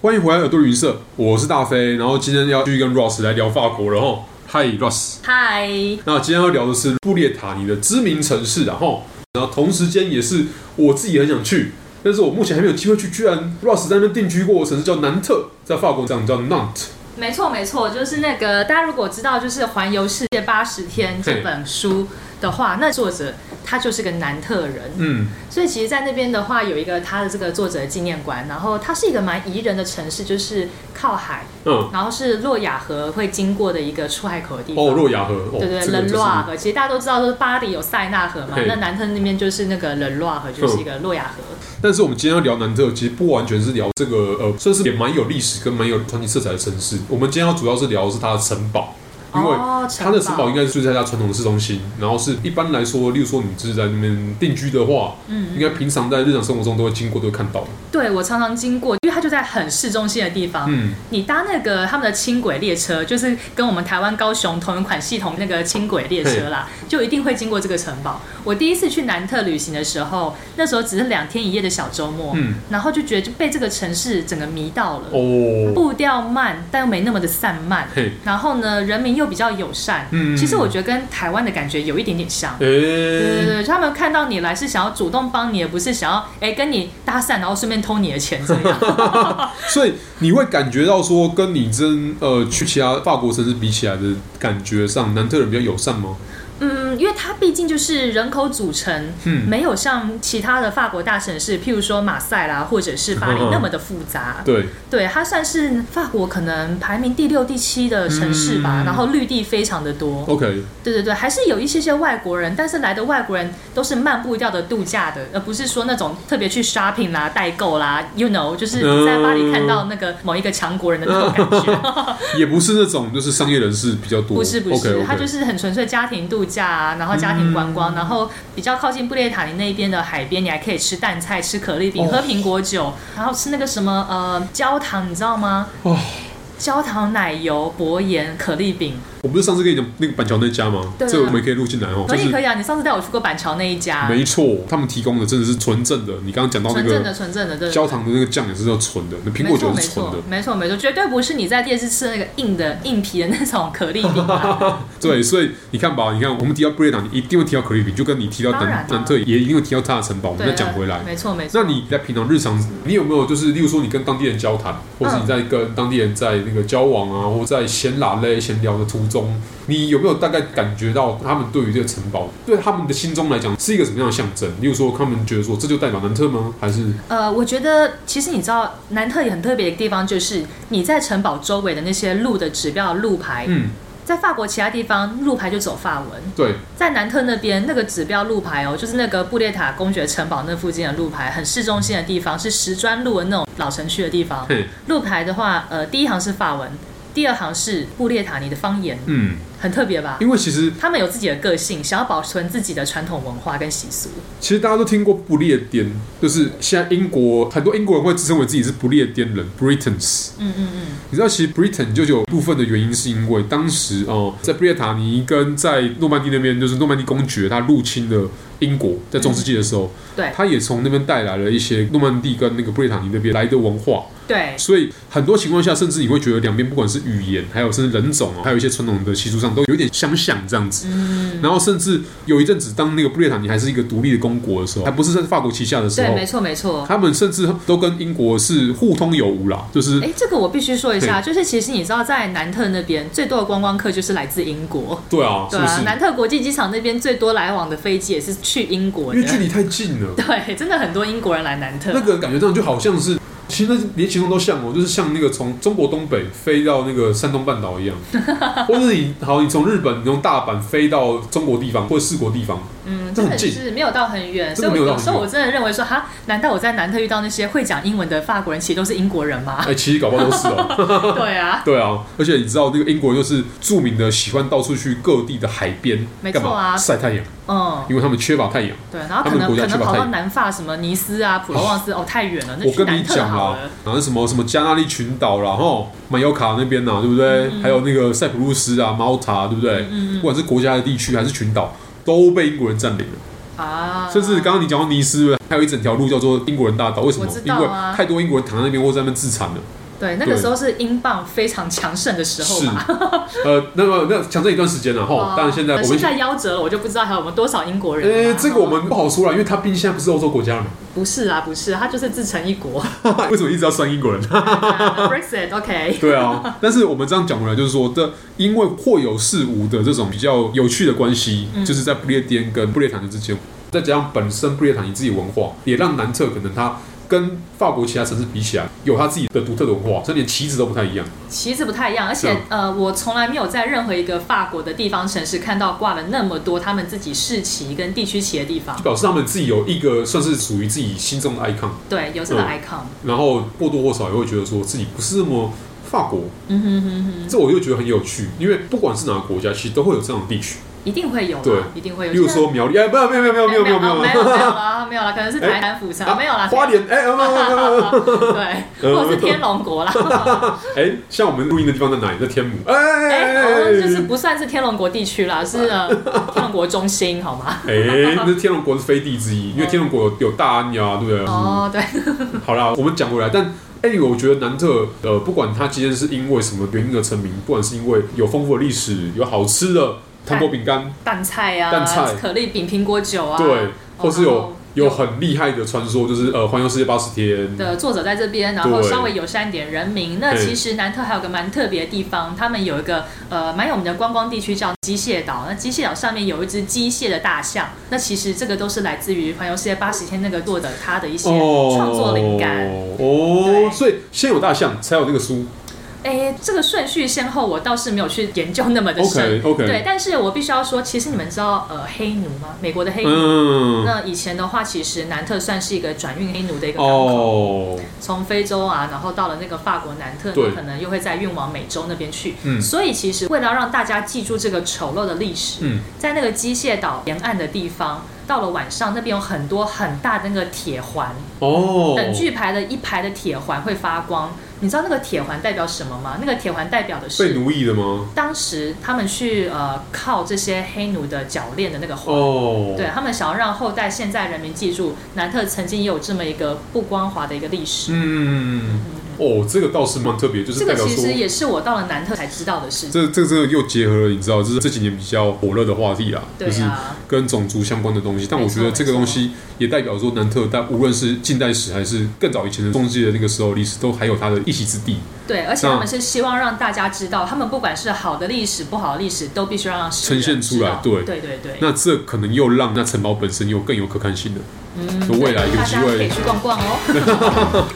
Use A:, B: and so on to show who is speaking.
A: 欢迎回来耳朵旅社，我是大飞。然后今天要去跟 Ross 来聊法国了哈。嗨，Ross。
B: 嗨，
A: 那今天要聊的是布列塔尼的知名城市啊哈。然后同时间也是我自己很想去，但是我目前还没有机会去。居然 Ross 在那边定居过的城市叫南特，在法国讲叫 Nant。
B: 没错没错，就是那个大家如果知道就是《环游世界八十天》这本书的话，那作者他就是个南特人，
A: 嗯，
B: 所以其实，在那边的话有一个他的这个作者纪念馆，然后它是一个蛮宜人的城市，就是靠海，
A: 嗯，
B: 然后是洛雅河会经过的一个出海口的地方。
A: 哦，洛雅河，哦，
B: 对对，
A: 这个
B: 冷啊
A: 就是
B: 洛瓦河，其实大家都知道，就是巴黎有塞纳河嘛
A: 嘿，
B: 那南特那边就是那个冷洛瓦河，就是一个洛雅河。
A: 但是我们今天要聊南特，其实不完全是聊这个呃，算是也蛮有历史跟蛮有传奇色彩的城市。我们今天要主要是聊的是它的城堡，因为
B: 哦，
A: 它的城堡应该是住在它传统的市中心，然后是一般来说，例如说你就是在那边定居的话，
B: 嗯
A: 应该平常在日常生活中都会经过，都会看到的。
B: 对我常常经过，因为它就在很市中心的地方。
A: 嗯，
B: 你搭那个他们的轻轨列车，就是跟我们台湾高雄同一款系统那个轻轨列车啦，就一定会经过这个城堡。我第一次去南特旅行的时候，那时候只是两天一夜的小周末，
A: 嗯
B: 然后就觉得就被这个城市整个迷到了，
A: 哦，
B: 步调慢，但又没那么的散漫，
A: 嘿，
B: 然后呢，人民又比较友善。
A: 嗯
B: 其实我觉得跟台湾的感觉有一点点像。对对
A: 诶、
B: 对，他们看到你来是想要主动帮你，而不是想要哎、跟你搭讪，然后顺便偷你的钱这样。
A: 所以你会感觉到说，跟你真呃去其他法国城市比起来的感觉上，南特人比较友善吗？
B: 嗯，因为它毕竟就是人口组成，
A: 嗯
B: 没有像其他的法国大城市，譬如说马赛啦，或者是巴黎
A: 嗯
B: 那么的复 杂。
A: 对，
B: 对，它算是法国可能排名第六、第七的城市吧，
A: 嗯
B: 然后绿地非常的多。
A: OK，
B: 对对对，还是有一些些外国人，但是来的外国人都是漫步调的度假的，呃而不是说那种特别去 shopping 啦、代购啦，you know，就是你在巴黎看到那个某一个强国人的那种感觉。
A: 也不是那种就是商业人士比较多，
B: 不是不是
A: o k o k
B: 它就是很纯粹家庭度假、啊，然后家庭观
A: 嗯
B: 光，然后比较靠近布列塔尼那边的海边，你还可以吃淡菜、吃可丽饼、
A: 哦
B: 喝苹果酒，然后吃那个什么呃焦糖，你知道吗？
A: 哦。
B: 焦糖奶油、薄盐、可丽饼，
A: 我不是上次跟你讲那个板桥那家吗？
B: 对啊
A: 这个我们也可以录进来哦。
B: 可以可
A: 以。
B: 以啊！你上次带我去过板桥那一家，
A: 没错，他们提供的真的是纯正的。你刚刚讲到那
B: 纯正
A: 个
B: 的纯正的，对。
A: 焦糖的那个酱也是要纯的，那苹
B: 没
A: 果
B: 错
A: 酒
B: 没
A: 是纯
B: 错
A: 的。
B: 没错没错，绝对不是你在电视吃的那个硬的硬皮的那种可丽饼 啊！
A: 对，所以你看吧，你看我们提到布列塔，你一定会提到可丽饼，就跟你提到
B: 当然
A: 南
B: 啊
A: 南特也一定会提到它的城堡。我们
B: 对，啊
A: 再讲回来，
B: 没错没错。
A: 那你在平常日常，你有没有就是，例如说你跟当地人交谈，或是你在跟当地人在那个交往啊，或在闲拉嘞闲聊的途中，你有没有大概感觉到他们对于这个城堡，对他们的心中来讲是一个什么样的象征？例如说，他们觉得说这就代表南特吗？还是
B: 呃，我觉得其实你知道，南特也很特别的地方就是你在城堡周围的那些路的指标路牌，
A: 嗯，
B: 在法国其他地方路牌就走法文，
A: 对，
B: 在南特那边那个指标路牌哦，就是那个布列塔公爵城堡那附近的路牌，很市中心的地方，是石砖路的那种老城区的地方。
A: 嘿，
B: 路牌的话，呃，第一行是法文，第二行是布列塔尼的方言，
A: 嗯，
B: 很特别吧？
A: 因为其实
B: 他们有自己的个性，想要保存自己的传统文化跟习俗。
A: 其实大家都听过不列颠，就是现在英国很多英国人会自称为自己是不列颠人 （Britons）。
B: 嗯嗯嗯，
A: 你知道，其实 Britain 就有部分的原因是因为当时哦、在布列塔尼跟在诺曼底那边，就是诺曼底公爵他入侵了英国，在中世纪的时候，
B: 嗯对
A: 他也从那边带来了一些诺曼底跟那个布列塔尼那边来的文化，
B: 对。
A: 所以很多情况下，甚至你会觉得两边不管是语言，还有甚至人种啊，还有一些传统的习俗上都有点相像这样子。然后甚至有一阵子，当那个布列塔尼还是一个独立的公国的时候，还不是在法国旗下的时
B: 对，
A: 候
B: 没，错没错。
A: 他们甚至都跟英国是互通有无啦，就是
B: 哎，这个我必须说一下，就是其实你知道，在南特那边最多的观光客就是来自英国，
A: 对啊，是
B: 对
A: 不
B: 啊
A: 是，？
B: 南特国际机场那边最多来往的飞机也是去英国
A: 因为距
B: 的，
A: 离太近了，
B: 对，真的很多英国人来南特
A: 那。个感觉上就好像是，其实那连形容都像哦，就是像那个从中国东北飞到那个山东半岛一 样，或者你好，你从日本你从大阪飞到中国地方或者四国地方，
B: 嗯，
A: 这
B: 真
A: 很
B: 的
A: 近
B: 是没有到很远，
A: 真
B: 所以
A: 的
B: 我
A: 没有到
B: 有
A: 很
B: 时候
A: 远
B: 我真的认为说，哈，难道我在南特遇到那些会讲英文的法国人，其实都是英国人吗
A: 哎、？其实搞不好都是哦，
B: 对啊，
A: 对啊，而且你知道那个英国就是著名的喜欢到处去各地的海边，
B: 没
A: 干
B: 错啊
A: 嘛晒太阳，
B: 嗯，
A: 因为他们缺乏太阳。
B: 对，然后
A: 他
B: 可
A: 们
B: 能
A: 国家
B: 可
A: 去
B: 能
A: 吧
B: 跑
A: 太
B: 到南法什么尼斯啊、普罗旺斯，哦，太远了，那
A: 我
B: 去
A: 跟你
B: 南特
A: 讲啊
B: 好
A: 啦
B: 了。，
A: 然后什么什么加那利群岛啦，吼，马尤卡那边呐、对不对？
B: 嗯
A: 还有那个塞浦路斯啊、马奥塔，对不对？不管是国家的地区还是群岛，都被英国人占领了。
B: 啊，
A: 甚至刚刚你讲到尼斯，还有一整条路叫做英国人大道，为什么？
B: 我知
A: 因
B: 道
A: 为
B: 啊
A: 太多英国人躺在那边或在那边自残了。
B: 对，那个时候是英镑非常强盛的时候
A: 是
B: 吧？，
A: 呃，那么那强盛一段时间了哈，哦但是现在我
B: 呃现
A: 们。
B: 在夭折了，我就不知道还有我们多少英国人、
A: 呃，
B: 啊。
A: 这个我们不好说了，因为他毕竟现在不是欧洲国家了嘛。
B: 不是啊，不是，他就是自成 一国。
A: 为什么一直要算英国人？
B: Brexit OK，
A: 对啊，但是我们这样讲回来，就是说，这因为或有是无的这种比较有趣的关系，就是在不列颠跟不列坦的之间，再加上本身不列坦你自己文化，也让南特可能它跟法国其他城市比起来，有它自己的独特的文化，甚至连旗子都不太一样。
B: 旗子不太一样，而且、
A: 嗯
B: 呃，我从来没有在任何一个法国的地方城市看到挂了那么多他们自己市旗跟地区旗的地方
A: 就。表示他们自己有一个算是属于自己心中的 icon，
B: 对，有这个
A: 嗯
B: icon。
A: 然后或多或少也会觉得说自己不是那么法国，
B: 嗯哼哼哼，
A: 这我就觉得很有趣，因为不管是哪个国家，其实都会有这种地区，
B: 一定会有啦，啊
A: 对
B: 一定会有。
A: 例如说苗栗，哎，不，没有没有没有
B: 现在，
A: 没有没有没有
B: 没有没有没有啦，没 有啦，可能是台南府城，没有啦，
A: 花莲，呃哎，没有没有没有没有，
B: 对，或者是天龙 国啦，
A: 哎，像我们录音的地方在哪里？在天母，
B: 哎，
A: 哎，
B: 哦就是不算是天龙国地区啦，是呃天龙国中心，好 吗？
A: 哎，那天龙国是飞地之一，因为天龙国有有大安呀，对不对？
B: 哦，对，
A: 好啦，我们讲回来，但 anyway，我觉得南特呃，不管它今天是因为什么原因而成名，不管是因为有丰富的历史，有好吃的糖果饼干，
B: 蛋菜啊，
A: 蛋菜
B: 可丽饼、苹果酒啊，
A: 对
B: 哦，
A: 或是
B: 然
A: 有
B: 后
A: 有很厉害的传说，就是呃，环游世界八十天，
B: 的作者在这边，然后
A: 对
B: 稍微友善一点人民。那
A: 对
B: 其实南特还有个蛮特别的地方，他们有一个呃蛮有名的观光地区叫机械岛。那机械岛上面有一只机械的大象。那其实这个都是来自于《环游世界八十天》那个作者他的一些创作灵感。
A: 哦
B: 对，
A: 所以先有大象，才有那个书。
B: 哎、这个顺序先后我倒是没有去研究那么的深。
A: OK，OK
B: 对，但是我必须要说，其实你们知道呃黑奴吗？美国的黑奴。
A: 嗯，
B: 那以前的话，其实南特算是一个转运黑奴的一个港口。
A: 哦，
B: 从非洲啊，然后到了那个法国南特，
A: 对
B: 那可能又会再运往美洲那边去。
A: 嗯
B: 所以其实为了让大家记住这个丑陋的历史，
A: 嗯，
B: 在那个机械岛沿岸的地方，到了晚上那边有很多很大的那个铁环，
A: 哦，
B: 等距排的一排的铁环会发光。你知道那个铁环代表什么吗？那个铁环代表的
A: 被
B: 是
A: 奴役的吗？
B: 当时他们去呃靠这些黑奴的脚链的那个环。
A: 哦，
B: 对他们想要让后代现在人民记住，南特曾经也有这么一个不光滑的一个历史。
A: 嗯，哦，这个倒是蛮特别，就是
B: 这
A: 代
B: 个
A: 表
B: 其
A: 说
B: 实。也是我到了南特才知道的事情。
A: 这这这个又结合了，你知道，就是这几年比较火热的话题啦，
B: 对
A: 就是
B: 啊，
A: 跟种族相关的东西。但我觉得这个东西也代表说，南特但无论是近代史还是更早以前的中世纪的那个时候历史，都还有它的一席之地。
B: 对，而且他们是希望让大家知道，他们不管是好的历史、不好的历史，都必须让世人
A: 呈现出来
B: 知道
A: 对
B: 对对对，
A: 那这可能又让那城堡本身又更有可看性了。嗯，未来一个
B: 大
A: 机
B: 家可以
A: 会。
B: 去逛逛哦。